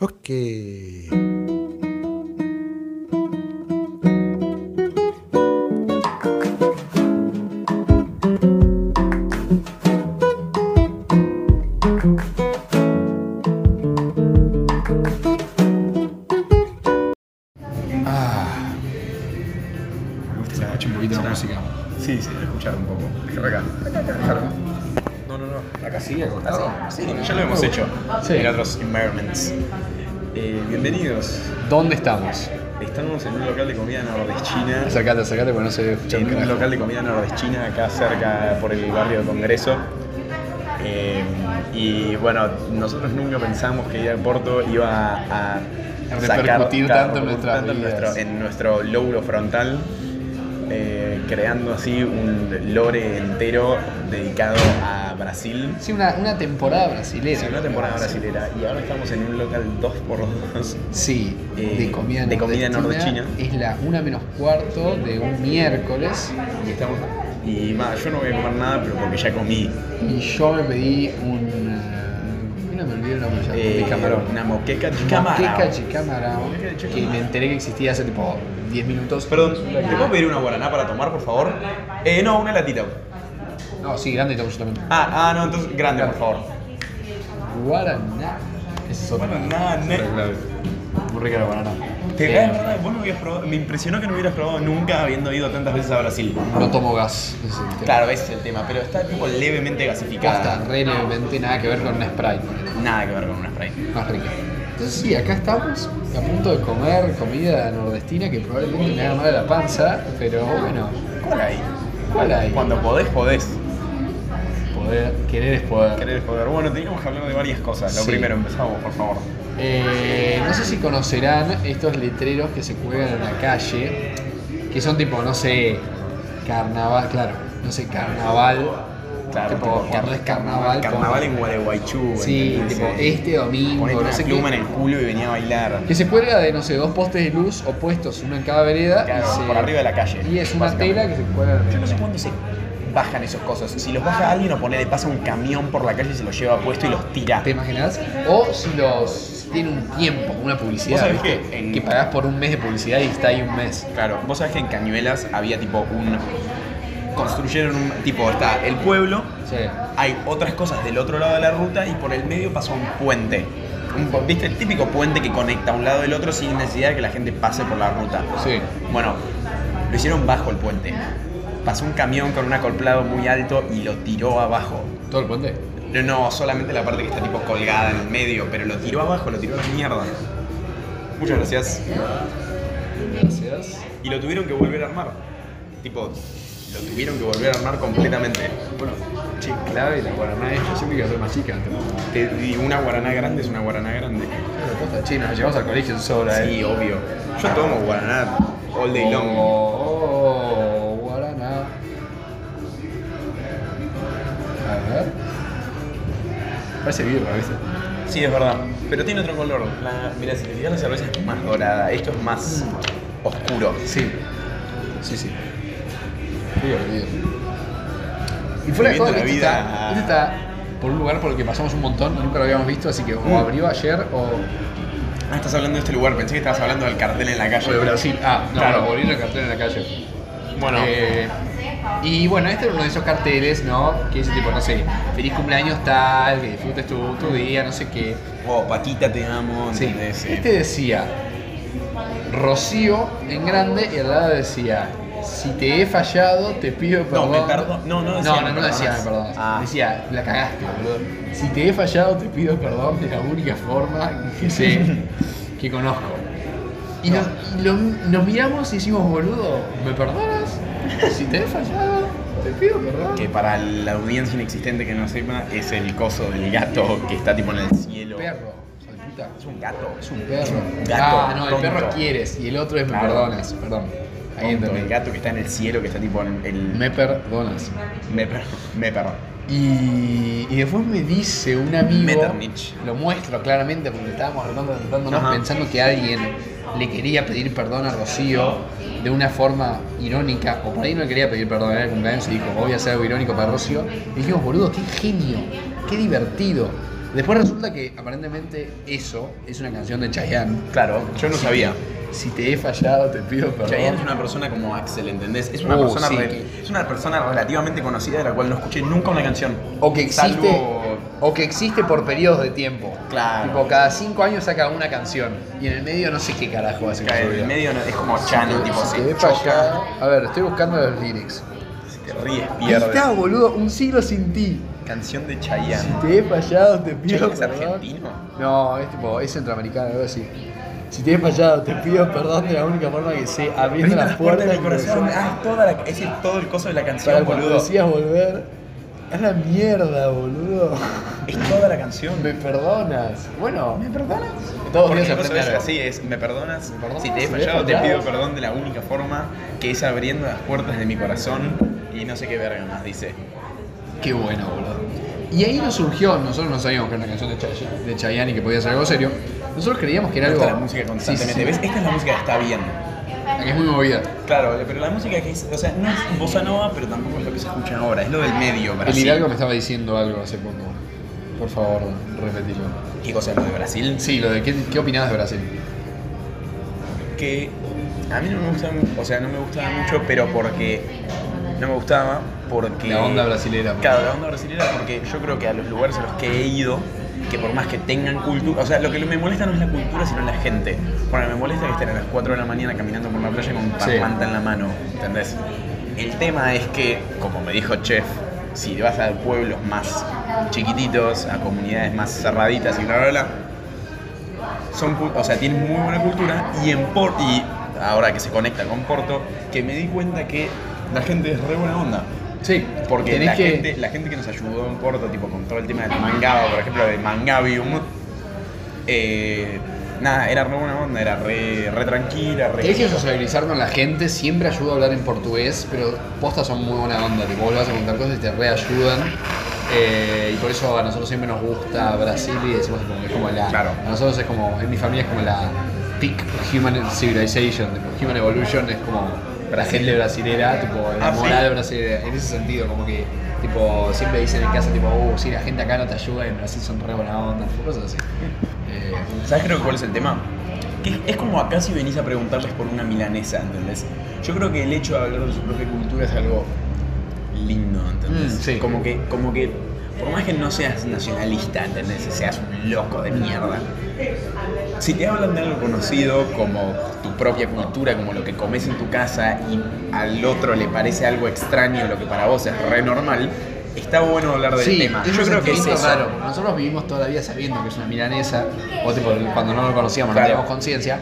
Ok. Ah. Me gusta. Se escucha un poquito la música. Sí, sí, escuchar un poco. Déjalo acá. Acá, acá, déjalo. No, no, no. Acá sigue acostado. Sí, ya lo hemos hecho Sí. en otros environments. Eh, bienvenidos. ¿Dónde estamos? Estamos en un local de comida nordestina. Acercate, acercate porque no se ve escuchar un En un carajo. local de comida nordestina acá cerca por el barrio de Congreso. Eh, y bueno, nosotros nunca pensamos que ir a Porto iba a Repercutir tanto en repercutir nuestras tanto en vidas. nuestro, en nuestro lóbulo frontal, eh, creando así un lore entero dedicado a Brasil. Sí, una, una temporada brasilera. Sí, una temporada brasilera. Y ahora estamos en un local 2x2. Sí, Eh, de comida de comida nordestina. nordestina. Es la una menos cuarto de un miércoles. Y estamos. Y va, yo no voy a comer nada, pero porque ya comí. Y yo me pedí un. eh, No me olvidé el nombre ya. eh, de camarón. Una moqueca de camarón. Moqueca de camarón. Moqueca de Que me camarón. enteré que existía hace tipo 10 minutos. Perdón, ¿te puedo pedir una guaraná para tomar, por favor? Eh, no, una latita. No, sí, grande y tomo yo también. Ah, ah, no, entonces grande, por favor. Guaraná. Ese es otro. Guaraná, ne- Muy rica la guaraná. Te Eh, caes, verdad, vos no habías probado. Me impresionó que no hubieras probado nunca habiendo ido tantas veces a Brasil. No tomo gas. ese es el tema. Claro, ese es el tema, pero está tipo levemente Posta, gasificada. re levemente, nada que ver con un Sprite. ponele. Nada que ver con una spray. Más rica. Entonces sí, acá estamos a punto de comer comida nordestina que probablemente me haga mal a la panza, pero bueno, ¿Cuál hay? ¿cuál hay? Cuando podés, podés. Poder, querer es poder. Querés joder. Bueno, teníamos que hablar de varias cosas. Lo Sí. primero, empezamos, por favor. Eh, no sé si conocerán estos letreros que se cuelgan en la calle, que son tipo, no sé, carnaval, claro, no sé, carnaval. tipo, tipo, cuando es carnaval. Carnaval pon- en Gualeguaychú. Sí, ¿entendés? tipo, Eh, este domingo, ponete no una sé qué. pluma en el culo y venía a bailar. Que se cuelga de, no sé, dos postes de luz opuestos, uno en cada vereda. y Claro, se- por arriba de la calle, Y es una básicamente. tela que se cuelga de Yo no sé cuándo se bajan esos cosas. Si los baja alguien o ponele, pasa un camión por la calle y se los lleva puesto y los tira. ¿Te imaginas? O si los si tiene un tiempo, una publicidad, ¿Vos sabés ¿viste? que en- que pagás por un mes de publicidad y está ahí un mes. Claro, vos sabés que en Cañuelas había tipo un. Construyeron un. Tipo, está el pueblo, Sí. hay otras cosas del otro lado de la ruta y por el medio pasó un puente. Un pu- ¿Viste? El típico puente que conecta un lado del otro sin necesidad de que la gente pase por la ruta. Sí. Bueno, lo hicieron bajo el puente. Pasó un camión con un acoplado muy alto y lo tiró abajo. ¿Todo el puente? No, no, solamente la parte que está tipo colgada en el medio, pero lo tiró abajo, lo tiró a la mierda. Muchas gracias. Gracias. Y lo tuvieron que volver a armar. Tipo, lo tuvieron que volver a armar completamente. Bueno, che, clave, la guaraná es, yo siempre quiero ser más chica. antes. Te di una guaraná grande es una guaraná grande. Pero posta, Che, nos la llevamos al colegio sobra, Sí, eh. obvio. Yo tomo guaraná all day long. Oh, guaraná. A ver. Parece birra, ¿viste? Sí, es verdad. Pero tiene otro color. La- mira, si te fijas la cerveza es más dorada. Esto es más oscuro. Sí. Sí, sí. Qué divertido. Y fuera de Viviendo todo, la este vida. está, este está por un lugar por el que pasamos un montón y nunca lo habíamos visto, así que o Mm. abrió ayer o. Ah, estás hablando de este lugar. Pensé que estabas hablando del cartel en la calle. o de Brasil. Ah, no, Claro. claro. volví el cartel en la calle. Bueno, Eh, y bueno, este era uno de esos carteles, ¿no? Que dice tipo, no sé, feliz cumpleaños tal, que disfrutes tu, tu día, no sé qué. oh, Paquita, te amo. Sí. ¿entendés? Eh, Sí. Este decía Rocío en grande y al lado decía si te he fallado te pido No, perdón. me perdo- no, no decía, no, me no, no decía perdonas. me perdonas. Ah. Decía la cagaste, boludo. Si te he fallado te pido perdón de la única forma que sé que conozco. Y, nos, y lo- nos miramos y decimos boludo, ¿me perdonas? Si te he fallado te pido perdón. Que para la audiencia inexistente que no sepa, es el coso del gato que está tipo en el cielo. Perro, hijo de puta. Es un gato. Es un perro. gato, ah, no, el tonto. perro quieres y el otro es me Claro. perdonas. Perdón. Ahí Tonto, el entendí. gato que está en el cielo, que está tipo en el. Me perdonas. Me per- me perro. Y, y después me dice un amigo. Metternich. Lo muestro claramente porque estábamos hablando, tratándonos, Ajá. pensando que alguien le quería pedir perdón a Rocío de una forma irónica. O por ahí no le quería pedir perdón era el cumpleaños y dijo, voy a hacer algo irónico para Rocío. Y dijimos, boludo, qué genio, qué divertido. Después resulta que aparentemente eso es una canción de Chayanne. Claro, yo no Sí. sabía. Si te he fallado, te pido perdón. Chayanne es una persona como Axel, ¿entendés? Es una, Uh, persona, sí. re- es una persona relativamente conocida de la cual no escuché nunca una canción. O que existe. Salvo- O que existe por periodos de tiempo. Claro. Tipo, cada cinco años saca una canción. Y en el medio no sé qué carajo hace con Cae su en vida. el medio no- es como Chano, Si tipo, te se he choca, fallado- A ver, estoy buscando los lyrics. si te ríes, Ahí está, pierdes. boludo, un siglo sin ti. Canción de Si Chayanne. te he fallado, te pido ¿Chayanne es perdón. argentino? No, es tipo, es centroamericano, algo así. Si te he fallado, te pido perdón de la única forma que sé, abriendo las puertas de mi corazón. Ah, es, toda la- es el- todo el coso de la Para canción, cuando boludo. decías volver. Es la mierda, boludo. Es toda la canción. Me perdonas. Bueno, ¿Me perdonas? Todos Porque días se el coso aprende es algo. así, es ¿me perdonas? ¿Me perdonas? Si te Si he te he fallado, te fallado. pido perdón de la única forma que es abriendo las puertas de mi corazón y no sé qué verga más dice. Qué bueno, boludo. Y ahí nos surgió, nosotros no sabíamos que era una canción de, Chay- de Chayanne y que podía ser algo serio. Nosotros creíamos que era Me algo. gusta la música constantemente. Sí, sí, sí. ¿Ves? Esta es la música que está bien. La que es muy movida. Claro, pero la música que es, o sea, no es bossa nova, pero tampoco es lo que se escucha ahora, es lo del medio, El Brasil. Hidalgo me estaba diciendo algo hace poco. Por favor, repetilo. ¿Qué cosa es lo de Brasil? Sí, lo de qué, qué opinabas de Brasil. que a mí no me gustaba, mu- o sea, no me gustaba mucho, pero porque no me gustaba porque La onda brasilera. Claro, la onda brasilera porque yo creo que a los lugares a los que he ido, que por más que tengan cultura, o sea, lo que me molesta no es la cultura, sino la gente. Bueno, me molesta que estén a las 4 de la mañana caminando por la playa con un Sí. parlante en la mano, ¿entendés? El tema es que, como me dijo Chef, si vas a pueblos más chiquititos, a comunidades más cerraditas y bla, bla, bla, son, cu- o sea, tienen muy buena cultura y en Por- y ahora que se conecta con Porto, que me di cuenta que la gente es re buena onda. Sí, Porque tenés la, que. gente, la gente que nos ayudó en Porto, tipo con todo el tema del mangaba, por ejemplo, de Mangabium, eh, nada, era re buena onda, era re, re tranquila, re... Tenés que sociabilizar con la gente, siempre ayuda a hablar en portugués, pero postas son muy buena onda, tipo, vos le vas a contar cosas y te reayudan. eh, y por eso a nosotros siempre nos gusta Brasil y decimos como, es como la. Claro. A nosotros es como, en mi familia es como la peak human civilization, tipo, human evolution es como la gente brasilera, tipo, la Ah, sí. moral brasilera, en ese sentido, como que tipo siempre dicen en casa tipo, uh, si la gente acá no te ayuda, en Brasil son re buena onda, tipo, cosas así. Eh, ¿Sabes creo que cuál es el tema? Que es- es como acá si venís a preguntarles por una milanesa, ¿entendés? Yo creo que el hecho de hablar de su propia cultura es algo lindo, ¿entendés? Mm, sí. Como que, como que, por más que no seas nacionalista, ¿entendés? Seas un loco de mierda. Si te hablan de algo conocido como tu propia cultura, como lo que comes en tu casa y al otro le parece algo extraño, lo que para vos es re normal, está bueno hablar del Sí, tema. es Yo un creo que es sentimiento eso. raro. porque Nosotros vivimos toda la vida sabiendo que es una milanesa, o tipo, cuando no lo conocíamos, Claro. no teníamos conciencia.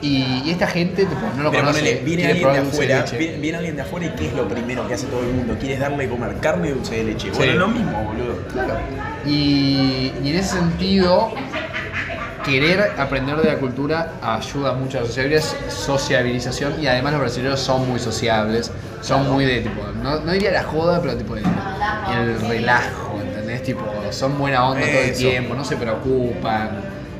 Y, y esta gente, tipo, no lo Pero conoce. ponele, viene quiere alguien de probar dulce afuera, leche. viene, viene alguien de afuera y qué es lo primero que hace todo el mundo. Quieres darle de comer carne y dulce de leche. Sí. Bueno, lo mismo, boludo. Claro. Y, y en ese sentido, querer aprender de la cultura ayuda mucho a la sociabiliz- sociabilización y además los brasileños son muy sociables, son muy de tipo, no, no diría la joda, pero tipo el, el relajo, ¿entendés? Tipo, son buena onda todo el Eso. tiempo, no se preocupan.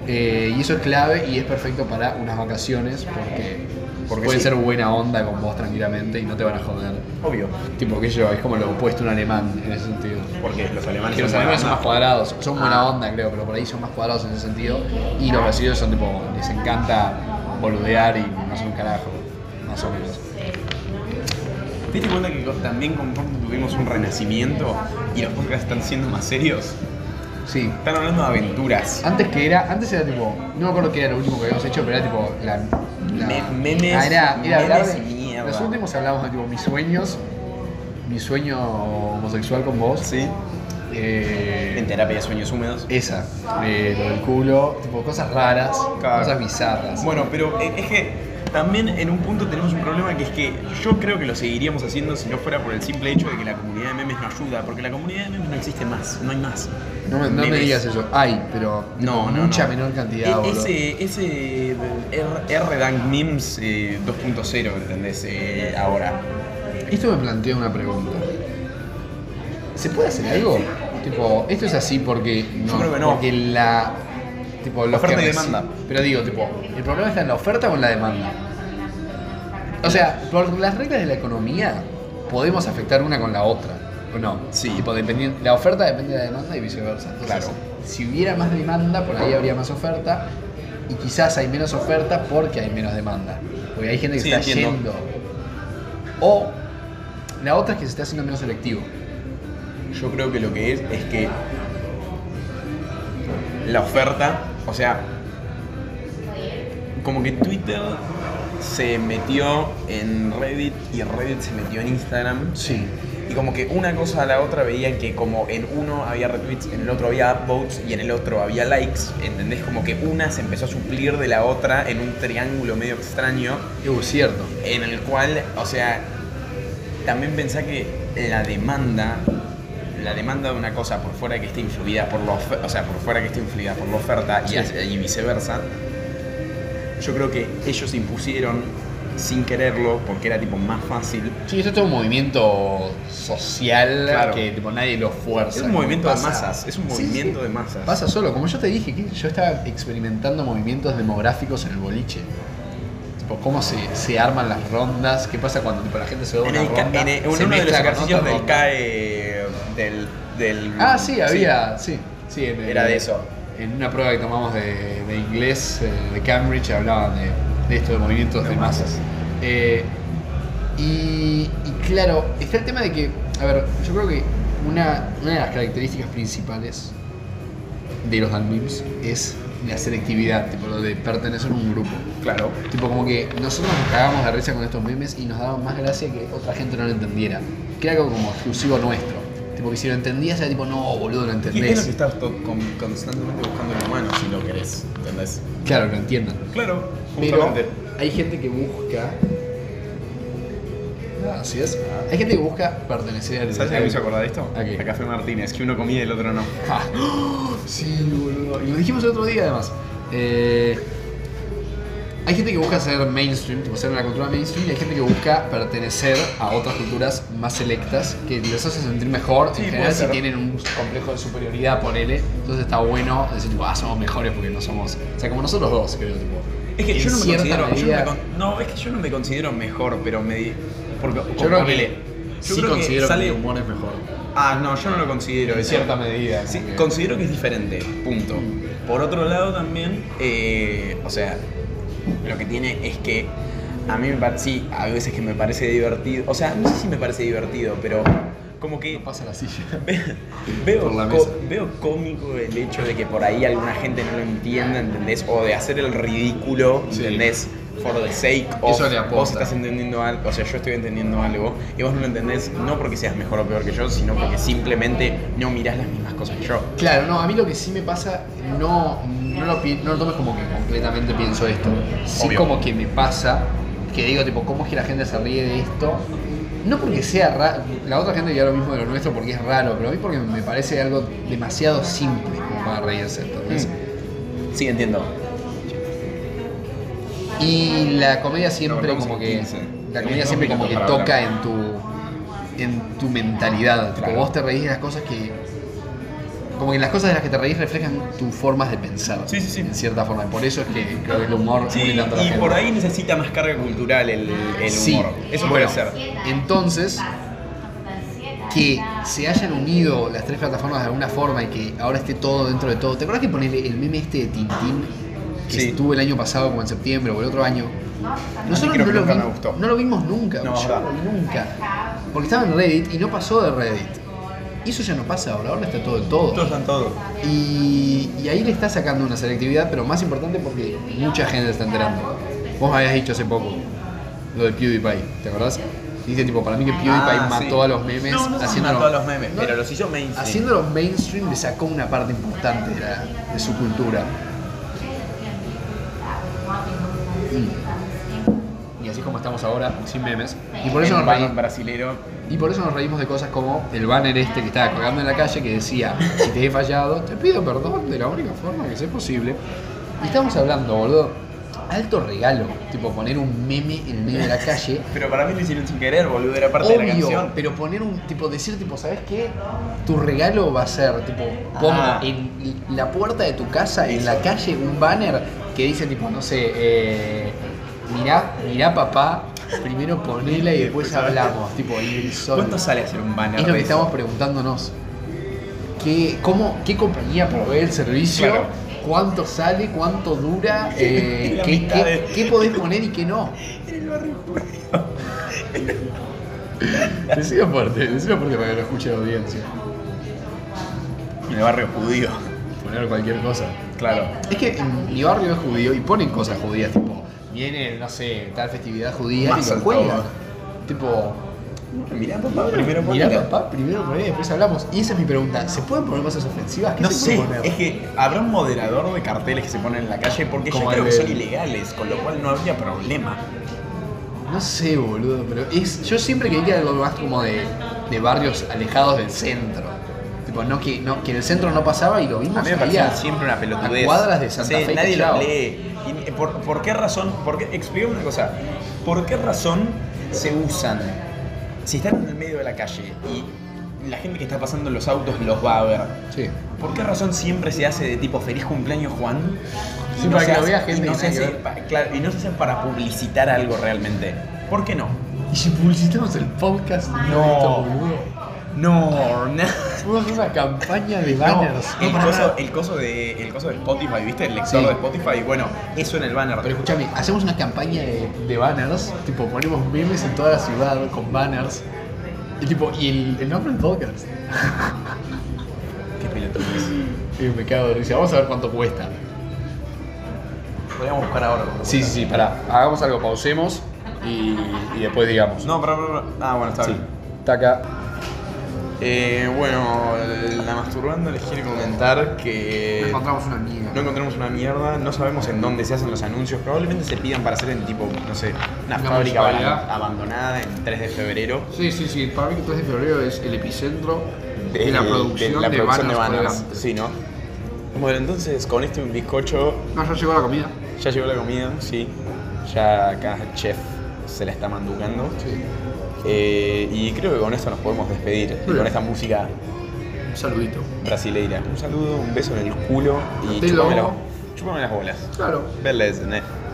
eh, y eso es clave y es perfecto para unas vacaciones porque, Porque pueden sí. ser buena onda con vos tranquilamente y no te van a joder. Obvio. Tipo, que yo, es como lo opuesto a un alemán en ese sentido. Porque los alemanes Que los son alemanes son buena más onda. cuadrados, son buena Ah. onda creo, pero por ahí son más cuadrados en ese sentido. Y los brasileños son tipo, les encanta boludear y no son un carajo, más o menos. ¿Te diste cuenta que con- también con Porto tuvimos un renacimiento y los podcasts están siendo más serios? Sí. Están hablando de aventuras. Antes que era, antes era tipo, no me acuerdo qué era lo último que habíamos hecho, pero era tipo la. la- Me- memes, Ah, era, era hablar memes de- y mierda. Los últimos hablábamos de tipo mis sueños, mi sueño homosexual con vos. Sí. eh, En terapia de sueños húmedos. esa, eh, lo del culo, tipo cosas raras, Claro. cosas bizarras. Bueno, pero eh, es que también en un punto tenemos un problema que es que yo creo que lo seguiríamos haciendo si no fuera por el simple hecho de que la comunidad de memes no ayuda, porque la comunidad de memes no existe más, no hay más. No, me- no me Memes. digas eso. Hay, pero No, no, mucha no. menor cantidad. E- boludo. ese ese R-Dank Memes eh, 2.0, ¿entendés? Eh, ahora. Esto me plantea una pregunta. ¿Se puede hacer algo? Tipo, esto es así porque creo que no. Porque la tipo los Oferta que y reci- demanda. Pero digo, tipo, el problema está en la oferta o en la demanda. O sea, por las reglas de la economía podemos afectar una con la otra. ¿O no? Sí. Tipo, dependien- la oferta depende de la demanda y viceversa. Entonces, Claro. Si hubiera más demanda, por ahí habría más oferta. Y quizás hay menos oferta porque hay menos demanda. Porque hay gente que Sí, está entiendo. yendo. O la otra es que se está haciendo menos selectivo. Yo creo que lo que es es que la oferta, o sea, como que Twitter se metió en Reddit y Reddit se metió en Instagram. Sí. Y como que una cosa a la otra veían que como en uno había retweets, en el otro había upvotes y en el otro había likes, ¿entendés? Como que una se empezó a suplir de la otra en un triángulo medio extraño Es cierto. en el cual, o sea, también pensá que la demanda, la demanda de una cosa por fuera que esté influida por la oferta, o sea, por fuera que esté influida por la oferta y Sí. hacia- y, viceversa, yo creo que ellos impusieron sin quererlo, porque era tipo más fácil. Sí, esto es todo un movimiento social Claro. que tipo, nadie lo fuerza. Es un como movimiento de pasa- masas, es un Sí, movimiento sí. de masas. Pasa solo, como yo te dije, que yo estaba experimentando movimientos demográficos en el boliche. Tipo, cómo se, se arman las rondas, qué pasa cuando tipo, la gente se da En, una el ca- ronda. en el- en se uno de los mezcla con ejercicios otra del ronda. CAE del, del- Ah, sí, había, sí. sí, en el- Era de eso. En una prueba que tomamos de, de inglés, eh, de Cambridge, hablaban de, de esto, de movimientos de De masas. masas. Eh, y, y claro, está el tema de que, a ver, yo creo que una, una de las características principales de los Danbims es la selectividad, tipo lo de pertenecer a un grupo. Claro. Tipo como que nosotros nos cagábamos de risa con estos memes y nos daba más gracia que otra gente no lo entendiera. Que era algo como exclusivo nuestro. Tipo que si lo entendías era tipo, no, boludo, lo Y es lo que entendés. estás to- con- constantemente buscando en humano si lo querés, ¿entendés? Claro, lo entiendan. Claro, Pero justamente. hay gente que busca... Ah, así es. Hay gente que busca pertenecer al... ¿Sabes a qué me hizo acordar de esto? ¿A qué? A Café Martínez, que uno comía y el otro no. Ah, sí, boludo. Y lo dijimos el otro día además. Eh, hay gente que busca ser mainstream, tipo ser una cultura mainstream, y hay gente que busca pertenecer a otras culturas más selectas que les hace sentir mejor. Sí, en puede general, si ser. tienen un complejo de superioridad, ponele. Entonces está bueno decir, tipo, ah, somos mejores porque no somos. O sea, como nosotros dos, creo, tipo. Es que en yo no me cierta considero. yo no, medida- me con- no, es que yo no me considero mejor, pero me. di- Porque, Yo creo que ponele, yo sí creo que considero que, sale- mi humor es mejor. Ah, no, yo no lo considero. En eso. cierta medida, Sí, como que- considero que es diferente, punto. Mm. Por otro lado también, eh, o sea, lo que tiene es que a mí me parece, sí, a veces que me parece divertido, o sea, no sé si me parece divertido, pero como que No pasa la silla. Ve- Veo, Por la co- mesa. veo cómico el hecho de que por ahí alguna gente no lo entienda, ¿entendés? O de hacer el ridículo, Sí. ¿entendés? For the sake of Eso le aporta. vos estás entendiendo algo, o sea, yo estoy entendiendo algo y vos no lo entendés no porque seas mejor o peor que yo, sino porque simplemente no mirás las mismas cosas que yo. Claro, no, a mí lo que sí me pasa, no, no, lo, pi- no lo tomes como que completamente pienso esto. Sí Obvio. como que me pasa, que digo, tipo, ¿cómo es que la gente se ríe de esto? No porque sea raro, la otra gente dirá lo mismo de lo nuestro porque es raro, pero a mí porque me parece algo demasiado simple como para reírse, ¿entendés? Sí, entiendo. Y la comedia siempre Nos volvemos como en que 15. la Tenés comedia dos siempre como minutos que para toca hablar. en tu en tu mentalidad, tipo Claro. vos te reís de las cosas que como que las cosas de las que te reís reflejan tus formas de pensar. Sí, sí, sí. En cierta forma, y por eso es que creo que el humor Sí, une tanto a la y gente. por ahí necesita más carga cultural el, el Sí. humor. Eso Bueno, puede ser. Entonces, que se hayan unido las tres plataformas de alguna forma y que ahora esté todo dentro de todo. ¿Te acuerdas que ponerle el meme este de Tintín que Sí. estuvo el año pasado como en septiembre o el otro año? Nosotros creo no que lo, nunca vi- me gustó. no lo vimos nunca, No, yo no lo vi nunca. Porque estaba en Reddit y no pasó de Reddit. Y eso ya no pasa ahora, ahora está todo en Todos todo. están todos. Y, y ahí le está sacando una selectividad, pero más importante porque mucha gente se está enterando. Vos me habías dicho hace poco lo de PewDiePie, ¿te acordás? Dice tipo, para mí que PewDiePie Ah, sí. mató a los memes No, no, no haciéndolo- mató a los memes, No, pero los hizo mainstream. haciéndolos mainstream le sacó una parte importante de, la- de su cultura. Mm. Y así es como estamos ahora, sin memes. Y por eso El nos vano reí- brasilero y por eso nos reímos de cosas como el banner este que estaba colgando en la calle que decía, si te he fallado, te pido perdón de la única forma que sea posible. Y estamos hablando, boludo, alto regalo, tipo poner un meme en medio de la calle. Pero para mí lo hicieron sin querer, boludo, era parte de la Obvio, canción. pero poner un tipo, decir tipo, ¿sabes qué? Tu regalo va a ser, tipo, pongo Ah. en la puerta de tu casa, en la calle, un banner que dice tipo, no sé, eh, mirá, mirá papá, Primero ponela y después hablamos, tipo, y el sol. ¿Cuánto sale hacer un banner? Es lo de que eso? estamos preguntándonos. ¿Qué, cómo, ¿Qué compañía provee el servicio? Claro. ¿Cuánto sale? ¿Cuánto dura? Eh, La ¿qué, mitad qué- de- qué podés poner y qué no? En el barrio. Decilo fuerte, decilo fuerte para que lo escuche la audiencia. En el barrio judío. Poner cualquier cosa. Claro. Es que en mi barrio es judío y ponen cosas judías, tipo, viene, no sé, tal festividad judía y Mazel lo cuelgan. tov. Tipo, Mirá papá, primero mirá ponela. papá, primero poné, después hablamos. Y esa es mi pregunta, ¿se pueden poner cosas ofensivas? ¿Qué No se sé, puede poner? es que habrá un moderador de carteles que se ponen en la calle porque yo Como creo el que son del- ilegales, con lo cual no habría problema. No sé, boludo, pero es. Yo siempre quería algo más como de, de barrios alejados del centro. Tipo, no que, no, que en el centro no pasaba y lo A vimos mí me ahí a- parecen siempre una pelotudez. A cuadras de Santa Sí, Fe. Nadie Callao. lo lee. Y, eh, por, por qué razón? Por qué, explícame una cosa. ¿Por qué razón se usan? Si están en el medio de la calle y la gente que está pasando en los autos los va a ver, Sí. ¿por qué razón siempre se hace de tipo feliz cumpleaños Juan? Y Sí, para se que lo hace- vea gente y no que se nada que hace ver. pa- claro, y no se hace para publicitar algo realmente. ¿Por qué no? Y si publicitamos el podcast, No. boludo. No, no. Vamos a hacer una campaña de No, banners. el, para coso, nada. el, coso de, el coso de Spotify, ¿viste? El lector Sí. de Spotify, bueno, eso en el banner. Pero escúchame, hacemos una campaña de, de banners, tipo ponemos memes en toda la ciudad con banners. Y tipo, y el, el nombre del podcast. Qué pelotudes. Y me cago de risa. Vamos a ver cuánto cuesta. Podríamos buscar ahora. Sí, sí, sí, pará. Hagamos algo, pausemos y, y después digamos. No, pero, Ah, bueno, está Sí. bien. Taca. Eh, bueno, la masturbando les quiere comentar eh, que una mierda. no encontramos una mierda, no sabemos en dónde se hacen los anuncios. Probablemente se pidan para hacer en tipo, no sé, una Una fábrica municipalidad. aban- abandonada en 3 de febrero. Sí, sí, sí. Para mí que 3 de febrero es el epicentro de- Eh, de la producción de banners. para adelante. Sí, ¿no? Bueno, entonces con este un bizcocho No, ya llegó la comida. ya llegó la comida, sí. Ya acá el chef se la está manducando. Sí. Eh, y creo que con esto nos podemos despedir. Y bien. con esta música Un saludito. brasileira. Un saludo, un beso en el culo y Te lo- chupame, las- chupame las bolas. Claro. Beleza, né?